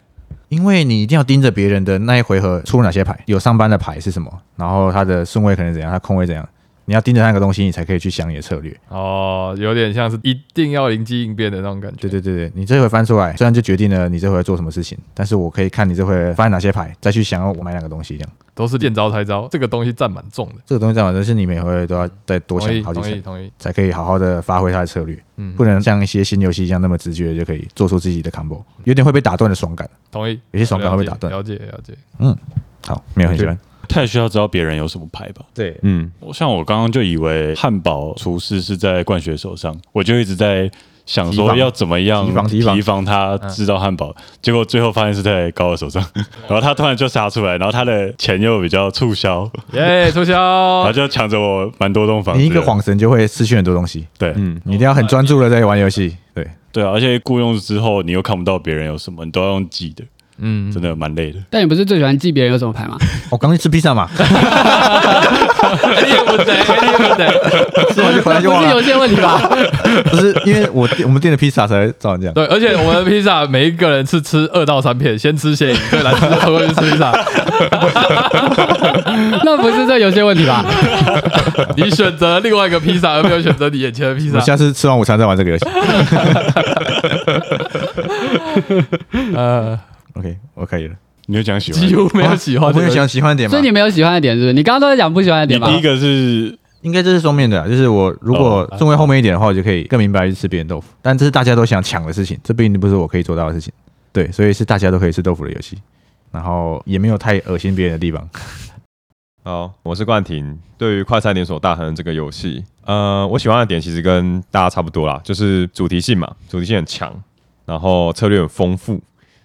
Speaker 3: 因为你一定要盯着别人的那一回合出哪些牌，有上班的牌是什么，然后他的顺位可能怎样，他空位怎样，你要盯着那个东西，你才可以去想你的策略。
Speaker 2: 哦，有点像是一定要灵机应变的那种感觉。
Speaker 3: 对对对对，你这回翻出来，虽然就决定了你这回要做什么事情，但是我可以看你这回翻哪些牌，再去想要我买哪个东西，这样
Speaker 2: 都是见招拆招，这个东西占蛮重的。
Speaker 3: 这个东西在玩，就是你每回都要再多
Speaker 2: 同
Speaker 3: 想
Speaker 2: 意，
Speaker 3: 好几
Speaker 2: 同意，
Speaker 3: 层，
Speaker 2: 同意。
Speaker 3: 才可以好好的发挥他的策略，
Speaker 2: 嗯，
Speaker 3: 不能像一些新游戏一样那么直觉地就可以做出自己的 combo，有点会被打断的爽感。
Speaker 2: 同意。
Speaker 3: 有些爽感会被打断
Speaker 2: 了解，了解。
Speaker 3: 好，没有很喜欢。
Speaker 6: 太需要知道别人有什么牌吧？
Speaker 3: 对，
Speaker 5: 嗯，
Speaker 6: 我像我刚刚就以为汉堡厨师是在冠学手上，我就一直在想
Speaker 3: 提
Speaker 6: 说
Speaker 3: 防
Speaker 6: 要怎么样
Speaker 3: 提防提防嗯
Speaker 6: 他知道汉堡，结果最后发现是在高尔手上， [LAUGHS] 然后他突然就杀出来，然后他的钱又比较促销，
Speaker 2: 耶，
Speaker 3: [LAUGHS]
Speaker 2: 促
Speaker 6: 然
Speaker 2: 销
Speaker 6: 后。就抢走我蛮多栋房子
Speaker 3: 你一
Speaker 6: 的。
Speaker 3: 个嗯晃神就会失去很多东西，
Speaker 6: 对，
Speaker 3: 你一定要很专注的在玩游戏。对，
Speaker 6: 对啊，而且雇佣之后你又看不到别人有什么，你都要用记的。嗯，真的蛮累的。
Speaker 1: 但你不是最喜欢记别人有什么牌吗？
Speaker 3: 我哦刚去吃披萨嘛，
Speaker 2: 哎你也不得，你也不得。
Speaker 3: 吃完就回来就
Speaker 1: 不
Speaker 3: 忘
Speaker 1: 是
Speaker 3: 了
Speaker 1: 有。些问题吧？
Speaker 3: 不是因为我店我们店的披萨才照成这样，
Speaker 2: 对，啊而且我们的披萨每一个人是吃二到三片，先吃先赢，对，来吃后去吃披萨。
Speaker 1: 那不是这有些问题吧？
Speaker 2: 你选择另外一个披萨，而没有选择你眼前的披
Speaker 3: 我们
Speaker 2: 萨。
Speaker 3: 下次吃完午餐再玩这个游戏。
Speaker 2: 呃，
Speaker 3: OK，我可以了。哦
Speaker 6: 你有讲喜欢
Speaker 2: 几
Speaker 6: 的？
Speaker 2: 乎没有喜欢
Speaker 3: 我
Speaker 2: 的
Speaker 3: 会
Speaker 2: 人。
Speaker 3: 想喜欢点吗
Speaker 1: 所以？你没有喜欢的点是不是？你刚刚都在讲不喜欢的
Speaker 6: 你
Speaker 1: 点吧？
Speaker 6: 第一个是
Speaker 3: 应该这是双面的啊，就是我如果中位后面一点的话，我就可以更明白去吃别人豆腐。但这是大家都想抢的事情，这并不是我可以做到的事情。对，所以是大家都可以吃豆腐的游戏，然后也没有太恶心别人的地方。
Speaker 5: 好，我是冠廷。对于快餐连锁大亨这个游戏，呃，我喜欢的点其实跟大家差不多啦，就是主题性嘛，主题性很强，然后策略很丰富。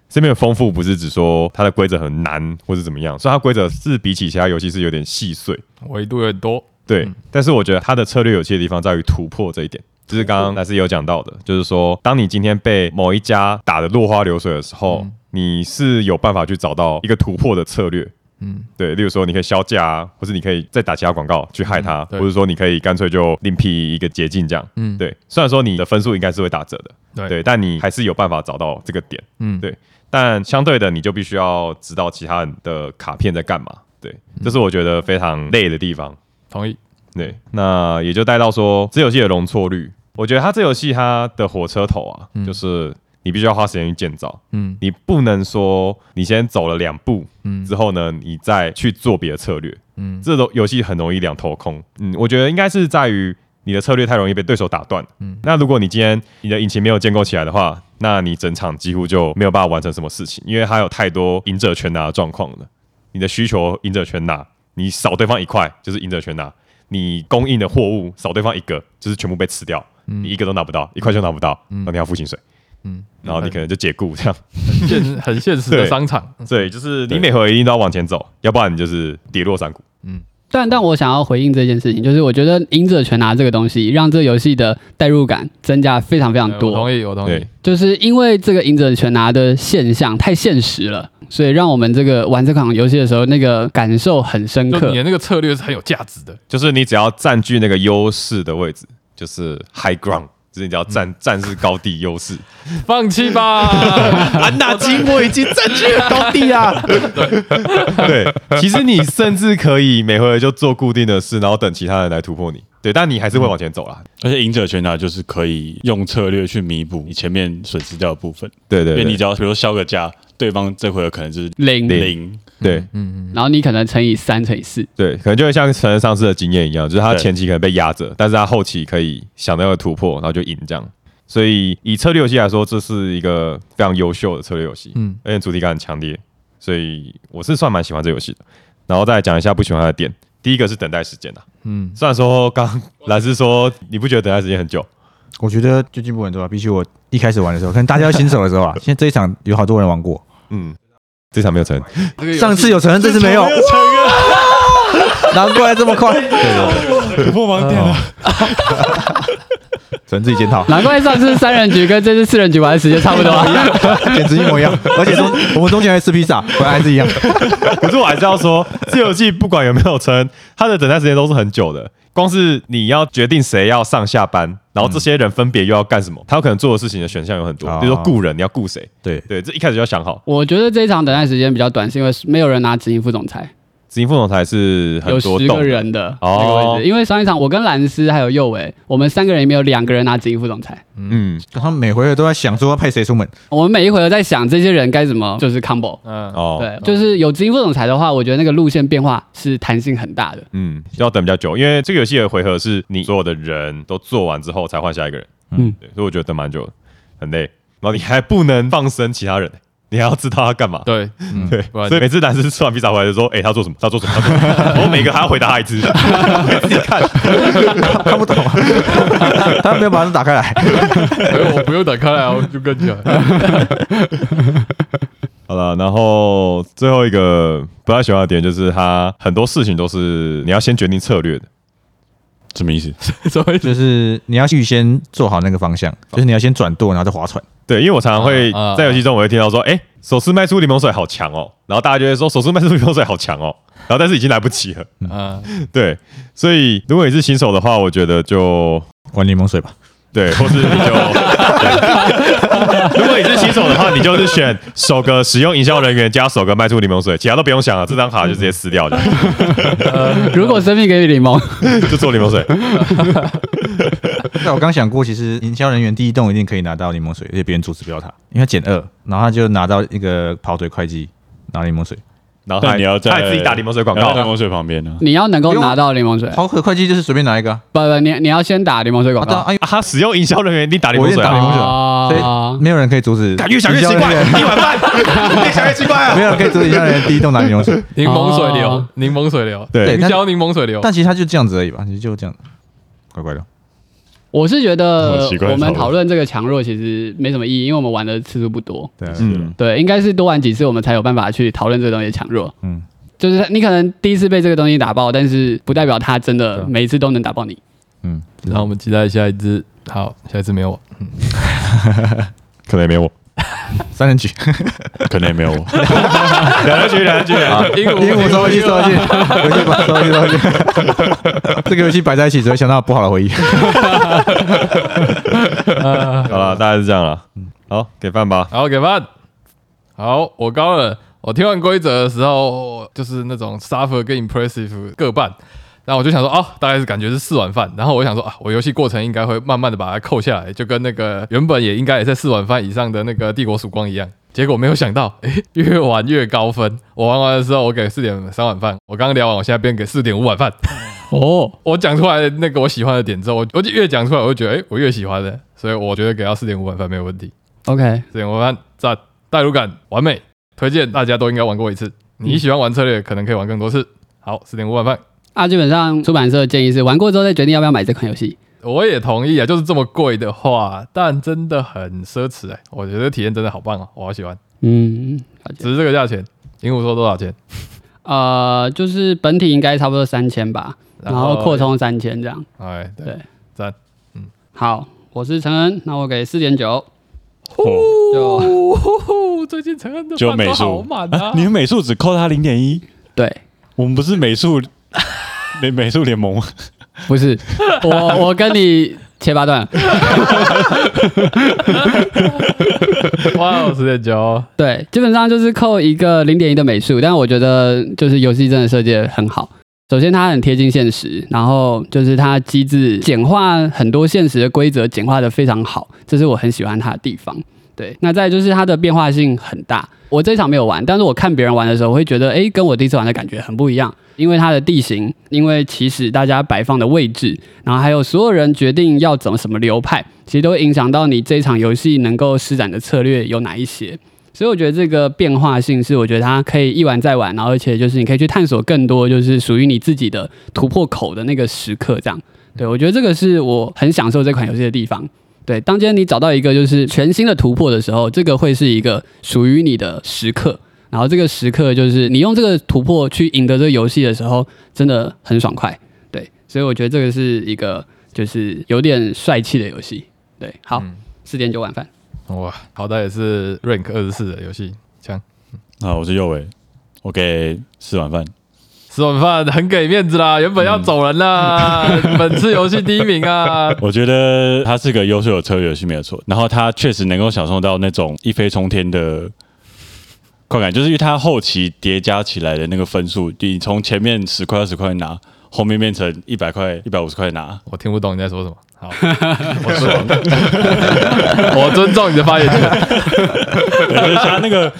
Speaker 5: 这边的丰富不是指说它的规则很难或是怎么样，所以它规则是比起其他游戏是有点细碎，
Speaker 2: 维度有点多，
Speaker 5: 对，但是我觉得它的策略有趣的地方在于突破这一点，就是刚刚还是有讲到的，就是说，当你今天被某一家打得落花流水的时候，你是有办法去找到一个突破的策略。嗯，对，例如说你可以销价啊，或是你可以再打其他广告去害他，
Speaker 2: 对
Speaker 5: 或者说你可以干脆就另辟一个捷径这样。嗯，对，虽然说你的分数应该是会打折的，
Speaker 2: 对
Speaker 5: 对，但你还是有办法找到这个点。
Speaker 2: 嗯
Speaker 5: 嗯，对。但相对的，你就必须要知道其他人的卡片在干嘛。对，这是我觉得非常累的地方。
Speaker 2: 同意。
Speaker 5: 对，那也就带到说这游戏的容错率，我觉得它这游戏它的火车头啊，就是你必须要花时间去建造，
Speaker 2: 嗯
Speaker 5: 嗯，你不能说你先走了两步，嗯，之后呢，你再去做别的策略，嗯，这种游戏很容易两头空，嗯，我觉得应该是在于你的策略太容易被对手打断，嗯，那如果你今天你的引擎没有建构起来的话，那你整场几乎就没有办法完成什么事情，因为它有太多赢者全拿的状况了。你的需求赢者全拿，你少对方一块就是赢者全拿，你供应的货物少对方一个就是全部被吃掉，你一个都拿不到，一块就拿不到，
Speaker 6: 嗯
Speaker 5: 那你要付薪水，然后你可能就解雇这样，
Speaker 2: 现 [LAUGHS] 很现实的
Speaker 5: 对
Speaker 2: 商场，
Speaker 5: 所以
Speaker 6: 嗯
Speaker 5: 就是你每回合一定都要往前走，要不然你就是跌落山谷。
Speaker 1: 但但我想要回应这件事情，就是我觉得赢者全拿这个东西，让这个游戏的代入感增加非常非常
Speaker 2: 对
Speaker 1: 多
Speaker 2: 我同。意，我同意
Speaker 5: 对。
Speaker 1: 就是因为这个赢者全拿的现象太现实了，所以让我们这个玩这款游戏的时候，那个感受很深
Speaker 2: 就
Speaker 1: 刻
Speaker 2: 你。的那个策略是很有价值的，
Speaker 5: 就是你只要占据那个优势的位置，就是 high ground，就是你只要占
Speaker 6: 嗯
Speaker 5: 占是高地优
Speaker 6: [LAUGHS]
Speaker 5: 势。
Speaker 2: 放弃吧。
Speaker 5: 安纳金，我已经占据了高地啊！对，其实你甚至可以每回合就做固定的事，然后等其他人来突破你。对，但你还是会往前走啦。
Speaker 6: 而且赢者全拿就是可以用策略去弥补你前面损失掉的部分，
Speaker 5: 对对
Speaker 6: 因为你
Speaker 5: 对
Speaker 6: 只要比如说销个价，对方这回合可能就是
Speaker 1: 零，
Speaker 5: 零
Speaker 6: 零，
Speaker 5: 对
Speaker 1: 然后你可能乘以三、乘以四，
Speaker 5: 对，可能就会像承认上次的经验一样，就是他
Speaker 6: 对
Speaker 5: 前期可能被压着，但是他后期可以想到要突破，然后就赢这样。所以以策略游戏来说，这是一个非常优秀的策略游戏，嗯，而且主题感很强烈，所以我是算蛮喜欢这游戏的。然后再来讲一下不喜欢它的点，第一个是等待时间啊，嗯，虽然说刚 [LAUGHS] 刚蓝是说你不觉得等待时间很久，
Speaker 3: 我觉得就进步很多啊，比起我一开始玩的时候，可能大家新手的时候 [LAUGHS] 啊，现在这一场有好多人玩过，
Speaker 5: 嗯，这场没有成，
Speaker 2: 这个游戏
Speaker 3: 上次有承认，这次没有， [LAUGHS]
Speaker 6: 啊
Speaker 3: 难怪这么 [LAUGHS] 快，
Speaker 6: 突破盲点了。
Speaker 3: 只能自己检 [LAUGHS] 讨，
Speaker 1: 难怪上次三人局跟这次四人局玩的时间差不多啊。
Speaker 3: 简直一模一样。 [LAUGHS] 而且中我们中间还吃披萨，回来还是一样。
Speaker 5: [LAUGHS] 可是我还是要说，自由记不管有没有撑，它的等待时间都是很久的。光是你要决定谁要上下班，然后这些人分别又要干什么，他有可能做的事情的选项有很多
Speaker 3: 哦，
Speaker 5: 比如说雇人，你要雇谁？
Speaker 3: 对，
Speaker 5: 对，这一开始就要想好。
Speaker 1: 我觉得这一场等待时间比较短，是因为没有人拿执行副总裁，
Speaker 5: 执行副总裁是很
Speaker 1: 有
Speaker 5: 多
Speaker 1: 十
Speaker 5: 栋
Speaker 1: 个
Speaker 5: 的，
Speaker 1: 人的
Speaker 5: 哦
Speaker 1: 那个位置。因为上一场我跟蓝斯还有右伟，我们三个人里面有两个人拿执行副总裁，
Speaker 5: 嗯，
Speaker 3: 他们每回合都在想说要派谁出 [LAUGHS] 门，
Speaker 1: 我们每一回都在想这些人该怎么就是 combo。
Speaker 2: 嗯，
Speaker 5: 哦，
Speaker 1: 对，就是有执行副总裁的话，我觉得那个路线变化是弹性很大的。 [LAUGHS]
Speaker 5: 嗯，要等比较久，因为这个游戏的回合是你所有的人都做完之后才换下一个人，
Speaker 1: 嗯
Speaker 5: 嗯，对，所以我觉得等蛮久的，很累，然后你还不能放生其他人，你还要知道他干嘛，
Speaker 2: 对，
Speaker 5: 对
Speaker 2: 不然，
Speaker 5: 所以每次男生吃完披萨回来就说：“哎、他做什么？他做什么？”他做什么 [LAUGHS] 我每个还要回答他一次，自己看。
Speaker 3: 看不懂，啊 [LAUGHS] 他没有把它打开来。
Speaker 2: 所哎以我不用等开来，我就更久。
Speaker 5: 好了，然后最后一个不太喜欢的点就是，他很多事情都是你要先决定策略的。
Speaker 6: [LAUGHS] 什么意思？
Speaker 2: 所以
Speaker 3: 就是你要预哦先做好那个方向，就是你要先转舵，然后再划船。
Speaker 5: 对，因为我常常会
Speaker 2: 啊啊
Speaker 5: 在游戏中，我会听到说：“哎、手撕卖出柠檬水好强哦，然后大家就会说手撕卖出柠檬水好强哦，然后但是已经来不及了，
Speaker 2: 嗯，
Speaker 5: 对，所以如果你是新手的话，我觉得就
Speaker 3: 玩柠檬 [LAUGHS] 水吧。
Speaker 5: 对，或是你就，对如果你是新手的话，你就是选首个使用营销人员加首个卖出柠檬水，其他都不用想了，这张卡就直接撕掉，就
Speaker 1: 如果生命给予柠檬，
Speaker 5: [LAUGHS] 就做柠檬水。
Speaker 3: 但我刚想过，其实营销人员第一栋一定可以拿到柠檬水，而且别人阻止不了他，因为他减二，然后他就拿到一个跑腿会计拿柠檬水。
Speaker 5: 然后
Speaker 6: 但
Speaker 5: 还
Speaker 6: 你要在
Speaker 5: 他还自己打柠檬水广
Speaker 6: 然后在柠
Speaker 5: 告，
Speaker 6: 檬水旁边呢、
Speaker 1: [LAUGHS] 你要能够拿到柠檬水，
Speaker 3: 跑腿会计就是随便拿一个啊，
Speaker 1: 不不，你你要先打柠檬水广
Speaker 3: 哎啊，
Speaker 1: 告
Speaker 3: 当然，哎呦，
Speaker 5: 啊他使用营销人员，你打柠檬水
Speaker 3: 我一定打柠
Speaker 5: 啊，
Speaker 3: 檬
Speaker 1: 啊
Speaker 3: 水所以！没有人可以阻止。
Speaker 5: 干越想越奇怪，一碗饭越想越奇怪
Speaker 3: [LAUGHS]
Speaker 5: 啊
Speaker 3: 没。有人可以阻止营销人员第一栋拿 [LAUGHS] 柠檬水。
Speaker 2: 柠檬水流
Speaker 1: 哦，
Speaker 2: 柠檬水流，
Speaker 5: 对
Speaker 3: 对
Speaker 2: 营销柠檬水流，
Speaker 3: 但其实他就这样子而已吧，其实就这样，乖乖的。
Speaker 1: 我是觉得
Speaker 6: 好奇怪
Speaker 1: 我们
Speaker 6: 讨论
Speaker 1: 讨论这个强弱其实没什么意义，因为我们玩的次数不多。
Speaker 3: 对啊，
Speaker 5: 嗯，
Speaker 1: 对，应该是多玩几次，我们才有办法去讨论这个东西的强弱。
Speaker 3: 嗯
Speaker 1: 嗯，就是你可能第一次被这个东西打爆，但是不代表它真
Speaker 3: 对
Speaker 1: 的每一次都能打爆你。
Speaker 3: 嗯，
Speaker 2: 然后我们期待下一只，好，下一只没有我，
Speaker 5: 可能也没有我。
Speaker 3: 三人局，
Speaker 6: 可能也没有我。
Speaker 5: 两人局，两人局，
Speaker 2: 鹦
Speaker 3: 因为我收回去，
Speaker 2: 一
Speaker 3: 收回去，回去吧，收回去，收回去。这个游戏摆在一起，只会想到不好的回忆。
Speaker 5: 好了，大概是这样了。好，给饭吧。
Speaker 2: 好，给饭。好，我高了。我听完规则的时候，就是那种 suffer 跟 impressive 各半，然后我就想说，哦，大概是感觉是四碗饭。然后我想说，啊，我游戏过程应该会慢慢的把它扣下来，就跟那个原本也应该也在四碗饭以上的那个帝国曙光一样。结果没有想到，诶，越玩越高分。我玩完的时候，我给四点三碗饭。我刚刚聊完，我现在变给四点五碗饭。
Speaker 1: 哦，
Speaker 2: 我讲出来那个我喜欢的点之后，我我就越讲出来，我就觉得，诶，我越喜欢的，所以我觉得给到四点五碗饭没有问题。
Speaker 1: OK，
Speaker 2: 四点五万赞，代入感完美，推荐大家都应该玩过一次。你喜欢玩策略，可能可以玩更多次。好，四点五万饭，
Speaker 1: 啊，基本上出版社的建议是玩过之后再决定要不要买这款游戏。
Speaker 2: 我也同意啊，就是这么贵的话，但真的很奢侈哎、我觉得体验真的好棒哦、我好喜欢。
Speaker 1: 嗯，了解
Speaker 2: 只是这个价钱，鹦鹉说多少钱？
Speaker 1: 呃，就是本体应该差不多三千吧，然后扩，充三千这样。
Speaker 2: 哎，对，
Speaker 1: 好，我是陈恩，那我给四点九，
Speaker 6: 哦
Speaker 1: 就
Speaker 2: 哦，最近陈恩的
Speaker 6: 就
Speaker 2: 饭
Speaker 6: 美
Speaker 2: 都好
Speaker 6: 术
Speaker 2: 满
Speaker 6: 啊
Speaker 2: 啊，
Speaker 6: [LAUGHS] 你们美术只扣他零点一，
Speaker 1: 对，
Speaker 6: 我们不是美术 [LAUGHS] 美美术联盟吗，
Speaker 1: 不是 [LAUGHS] 我，我跟你切八段，
Speaker 2: 哇，十点九，
Speaker 1: 对，基本上就是扣一个零点一的美术，但我觉得就是游戏真的设计得很好。首先，它很贴近现实，然后就是它机制简化很多现实的规则，简化的非常好，这是我很喜欢它的地方。对，那再就是它的变化性很大。我这一场没有玩，但是我看别人玩的时候，我会觉得，诶，跟我第一次玩的感觉很不一样，因为它的地形，因为起始大家摆放的位置，然后还有所有人决定要走什么流派，其实都会影响到你这一场游戏能够施展的策略有哪一些。所以我觉得这个变化性是，我觉得它可以一玩再玩，然后而且就是你可以去探索更多，就是属于你自己的突破口的那个时刻，这样。对我觉得这个是我很享受这款游戏的地方。对，当今天你找到一个就是全新的突破的时候，这个会是一个属于你的时刻。然后这个时刻就是你用这个突破去赢得这个游戏的时候，真的很爽快。对，所以我觉得这个是一个就是有点帅气的游戏。对，好，四点九晚饭。
Speaker 2: 哇，好歹也是 rank 二十四的游戏，强。
Speaker 6: 啊，我是右伟，我给四碗饭。
Speaker 2: 吃碗饭很给面子啦，原本要走人啦，本次游戏第一名啊，
Speaker 6: 我觉得他是个优秀的策略游戏没有错，然后他确实能够享受到那种一飞冲天的快感，就是因为他后期叠加起来的那个分数，你从前面十块二十块拿，后面变成一百块、一百五十块拿， [LAUGHS]
Speaker 2: 我听不懂你在说什么。好，我说， [LAUGHS] 我尊重你的发言权。
Speaker 6: 对而且他那个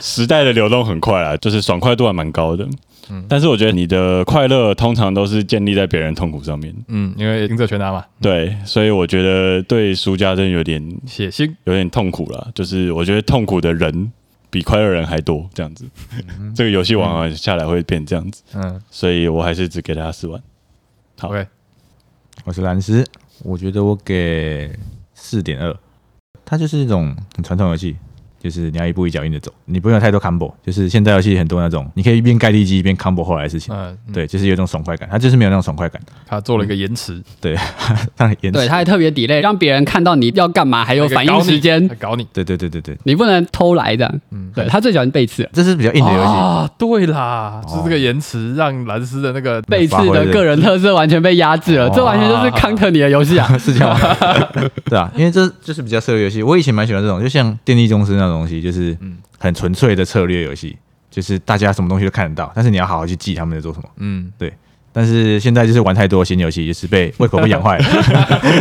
Speaker 6: 时代的流动很快啊，就是爽快度还蛮高的。但是我觉得你的快乐通常都是建立在别人痛苦上面，
Speaker 2: 嗯，因为赢者全拿嘛，
Speaker 6: 对，所以我觉得对输家真的有点
Speaker 2: 血腥。
Speaker 6: 有点痛苦了，就是我觉得痛苦的人比快乐人还多，这样子。这个游戏玩完下来会变这样子，
Speaker 2: 嗯
Speaker 6: 所以我还是只给他四万。好
Speaker 2: ，OK，
Speaker 3: 我是蓝斯，我觉得我给四点二，它就是一种很传统的游戏，就是你要一步一脚印的走，你不用有太多 combo，就是现在游戏很多那种，你可以一边盖地基一边 combo 后来的事情，
Speaker 2: 嗯，嗯
Speaker 3: 对，就是有一种爽快感，它就是没有那种爽快感，
Speaker 2: 他做了一个延迟，
Speaker 3: 对，让你延
Speaker 1: 对，
Speaker 3: 迟，
Speaker 1: 他还特别 delay，让别人看到你要干嘛，还有
Speaker 2: 他
Speaker 1: 反应时间
Speaker 2: 他，搞你
Speaker 3: 对对对对对，
Speaker 1: 你不能偷来的。对他最喜欢背刺，
Speaker 3: 这是比较硬的游
Speaker 1: 哦
Speaker 3: 戏，
Speaker 2: 啊！对啦，就是这个延迟让蓝斯的那个
Speaker 1: 背刺的个人特色完全被压制了，这完全就是 counter 你的游戏
Speaker 3: [LAUGHS]
Speaker 1: 啊！
Speaker 3: [LAUGHS] 是这样吗？
Speaker 1: [LAUGHS]
Speaker 3: 对啊，因为这就是比较策略游戏。我以前蛮喜欢这种，就像《电力宗师》那种东西，就是
Speaker 1: 嗯
Speaker 3: 很纯粹的策略游戏，就是大家什么东西都看得到，但是你要好好去记他们在做什么。
Speaker 2: 嗯，
Speaker 3: 但是现在就是玩太多新游戏，就是
Speaker 1: [LAUGHS]
Speaker 3: 被胃口被养坏 [LAUGHS] 了，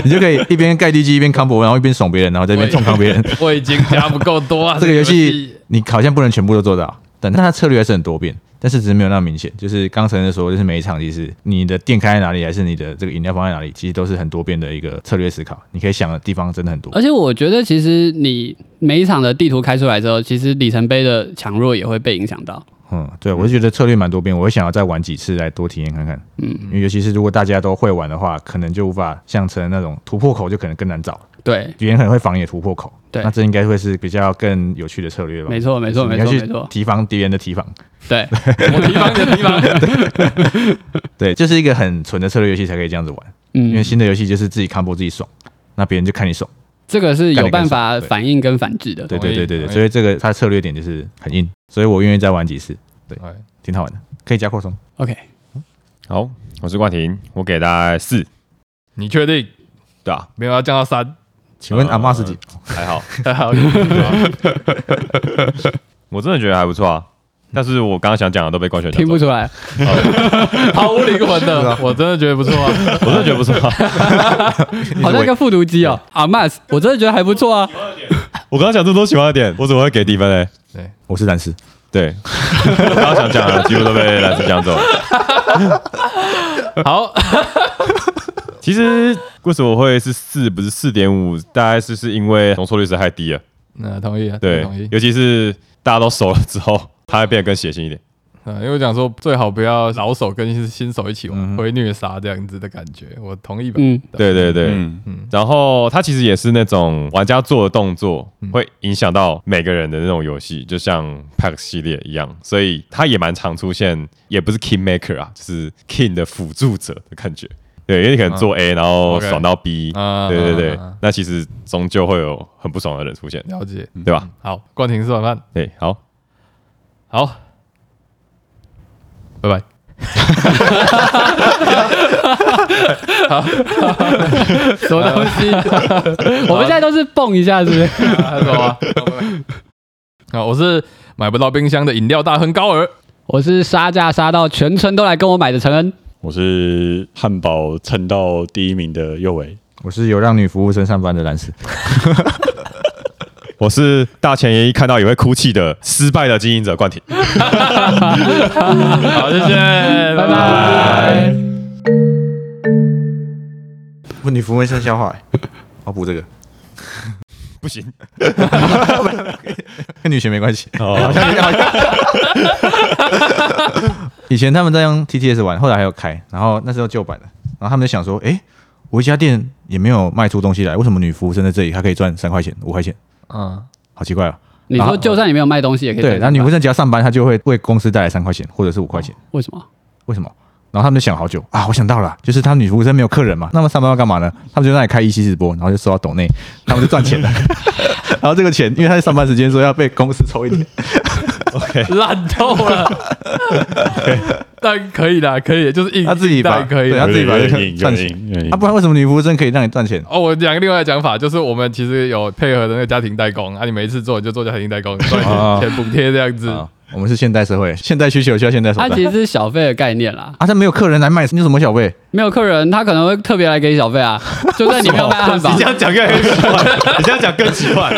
Speaker 3: 你就可以一边盖地基一边 combo，然后一边爽别人，然后在一边重扛别人。
Speaker 2: 我已经加不够多啊
Speaker 3: [LAUGHS] 。这个游戏你好像不能全部都做到，但但它策略还是很多变，但是只是没有那么明显。就是刚才的说，就是每一场其实你的店开在哪里，还是你的这个饮料放在哪里，其实都是很多变的一个策略思考。你可以想的地方真的很多。
Speaker 1: 而且我觉得，其实你每一场的地图开出来之后，其实里程碑的强弱也会被影响到。
Speaker 3: 嗯，对，我是觉得策略蛮多变，我会想要再玩几次来多体验看看。嗯，因为尤其是如果大家都会玩的话，可能就无法像成那种突破口，就可能更难找。
Speaker 1: 对，
Speaker 3: 别人可能会防野突破口，
Speaker 1: 对
Speaker 3: 那这应该会是比较更有趣的策略吧？
Speaker 1: 没错没错
Speaker 3: 就是
Speaker 1: 没错
Speaker 3: 你要
Speaker 1: 没错
Speaker 3: [LAUGHS] 去提防敌人的提防，
Speaker 1: 对，
Speaker 2: 我提防你的提防，
Speaker 3: 对，就是一个很纯的策略游戏才可以这样子玩。因为
Speaker 1: 嗯，
Speaker 3: 新的游戏就是自己 combo 自己爽，那别人就看你爽。
Speaker 1: 这个是有办
Speaker 3: 干
Speaker 1: 法
Speaker 3: 得更爽对
Speaker 1: 反应跟反制的。
Speaker 3: 对
Speaker 2: 同
Speaker 3: 对
Speaker 2: 意
Speaker 3: 对对对，
Speaker 2: 同意
Speaker 3: 所以这个它的策略点就是很硬，所以我愿意再玩几次，
Speaker 2: 哎
Speaker 3: 挺好玩的，可以加扩充。
Speaker 2: 呃
Speaker 1: OK，
Speaker 5: 好，我是冠廷，我给大概四，
Speaker 2: 你确定
Speaker 5: 对啊，
Speaker 2: 没有要降到三？
Speaker 3: 请问阿妈自己
Speaker 5: 还好，
Speaker 2: 好
Speaker 5: 我真的觉得还不错啊。但是我刚刚想讲的都被冠选讲
Speaker 1: 听
Speaker 5: 走
Speaker 1: 不
Speaker 5: 了，
Speaker 1: 出来，
Speaker 2: 毫无灵魂的，我真的觉得不错啊。
Speaker 5: 我真的觉得不错啊、
Speaker 1: [LAUGHS] 好像一个复读机哦。阿 Mas，我真的觉得还不错啊。
Speaker 5: 我刚刚讲这么多喜欢的点，我怎么会给低分嘞？
Speaker 3: 我是蓝斯，
Speaker 5: 对，我刚刚想讲的几乎都被蓝斯讲走了。
Speaker 2: 好， [LAUGHS]
Speaker 5: 其实为什么会是四，不是四点五？大概是是因为容错率实在太低了，
Speaker 2: 那同意啊，
Speaker 5: 对
Speaker 2: 同意，。
Speaker 5: 尤其是大家都熟了之后，它会变得更血腥一点。
Speaker 2: 嗯，因为我讲说最好不
Speaker 3: 嗯
Speaker 2: 要老手跟新新手一起玩，会虐杀这样子的感觉，我同意吧？
Speaker 1: 嗯，
Speaker 5: 对对对，
Speaker 6: 嗯，
Speaker 5: 然后它其实也是那种玩家做的动作
Speaker 2: 嗯
Speaker 5: 会影响到每个人的那种游戏，就像 PAX 系列一样，所以它也蛮常出现，也不是 King Maker 啊，就是 King 的辅助者的感觉。对，因为你可能做 A，、然后
Speaker 2: 嗯 OK
Speaker 5: 爽到 B，、
Speaker 2: 啊
Speaker 5: 对对对，
Speaker 2: 啊啊啊
Speaker 5: 那其实终究会有很不爽的人出现，
Speaker 2: 了解。
Speaker 5: 对吧？
Speaker 2: 好，冠廷吃晚饭，
Speaker 5: 对，好，
Speaker 2: 好，拜拜。
Speaker 1: 什么东西？ [LAUGHS] 我们现在都是蹦一下，是不是？
Speaker 2: 还走啊， [LAUGHS] 啊，我是买不到冰箱的饮料大亨高
Speaker 3: [LAUGHS]
Speaker 2: 尔，
Speaker 1: 我是杀价杀到全村都来跟我买的陈恩。
Speaker 6: 我是汉堡蹭到第一名的右维，
Speaker 3: 我是有让女服务生上班的蓝斯。
Speaker 5: 我是大前研一看到也会哭泣的失败的经营者冠廷。
Speaker 2: 好，谢谢，拜拜。
Speaker 3: 问女服务生消
Speaker 5: [LAUGHS]
Speaker 3: 化、欸，我补这个，
Speaker 5: 不行，
Speaker 3: [LAUGHS] 跟女权没关系。
Speaker 5: 哦，
Speaker 3: [LAUGHS] 以前他们在用 TTS 玩，后来还有开，然后那时候旧版的，然后他们就想说，诶，我一家店也没有卖出东西来，为什么女服务生在这里她可以赚三块钱、五块钱？
Speaker 2: 嗯，
Speaker 3: 好奇怪哦。
Speaker 1: 你说，就算你没有卖东西，也可以
Speaker 3: 对，然后女服
Speaker 1: 会
Speaker 3: 务生只要上班，她就会为公司带来三块钱或者是五块钱。
Speaker 1: 为什么？
Speaker 3: 为什么？然后他们就想好久啊，我想到了，就是他们女服务生没有客人嘛，那么上班要干嘛呢？他们就在那里开一期直播，然后就收到抖内，他们就赚钱了。然后这个钱，因为他在上班时间说要被公司抽一点，
Speaker 2: 烂透
Speaker 3: [LAUGHS]
Speaker 2: 了。但可以啦，可以，就是硬
Speaker 3: 他自己把
Speaker 2: 但可以
Speaker 3: 对他
Speaker 2: 啦。
Speaker 3: 自己把
Speaker 6: 有
Speaker 3: 这
Speaker 6: 点
Speaker 3: 个
Speaker 6: 硬，有
Speaker 3: 赚
Speaker 6: 点
Speaker 3: 钱
Speaker 6: 硬有点硬
Speaker 3: 啊，不然为什么女服务生可以让你赚钱？
Speaker 2: 哦，我讲个另外的讲法，就是我们其实有配合的那个家庭代工啊，你每一次做你就做家庭代工，赚
Speaker 3: 哦
Speaker 2: 一点钱补贴这样子。
Speaker 3: 啊，我们是现代社会，现代需求需要现代手
Speaker 1: 它
Speaker 3: 段
Speaker 1: 其。实是小费的概念啦，
Speaker 3: 啊，他没有客人来卖，你有什么小费？
Speaker 1: 没有客人，他可能会特别来给你小费啊。就算你没有卖汉堡
Speaker 5: 你这，样讲更奇怪，你这样讲更奇怪。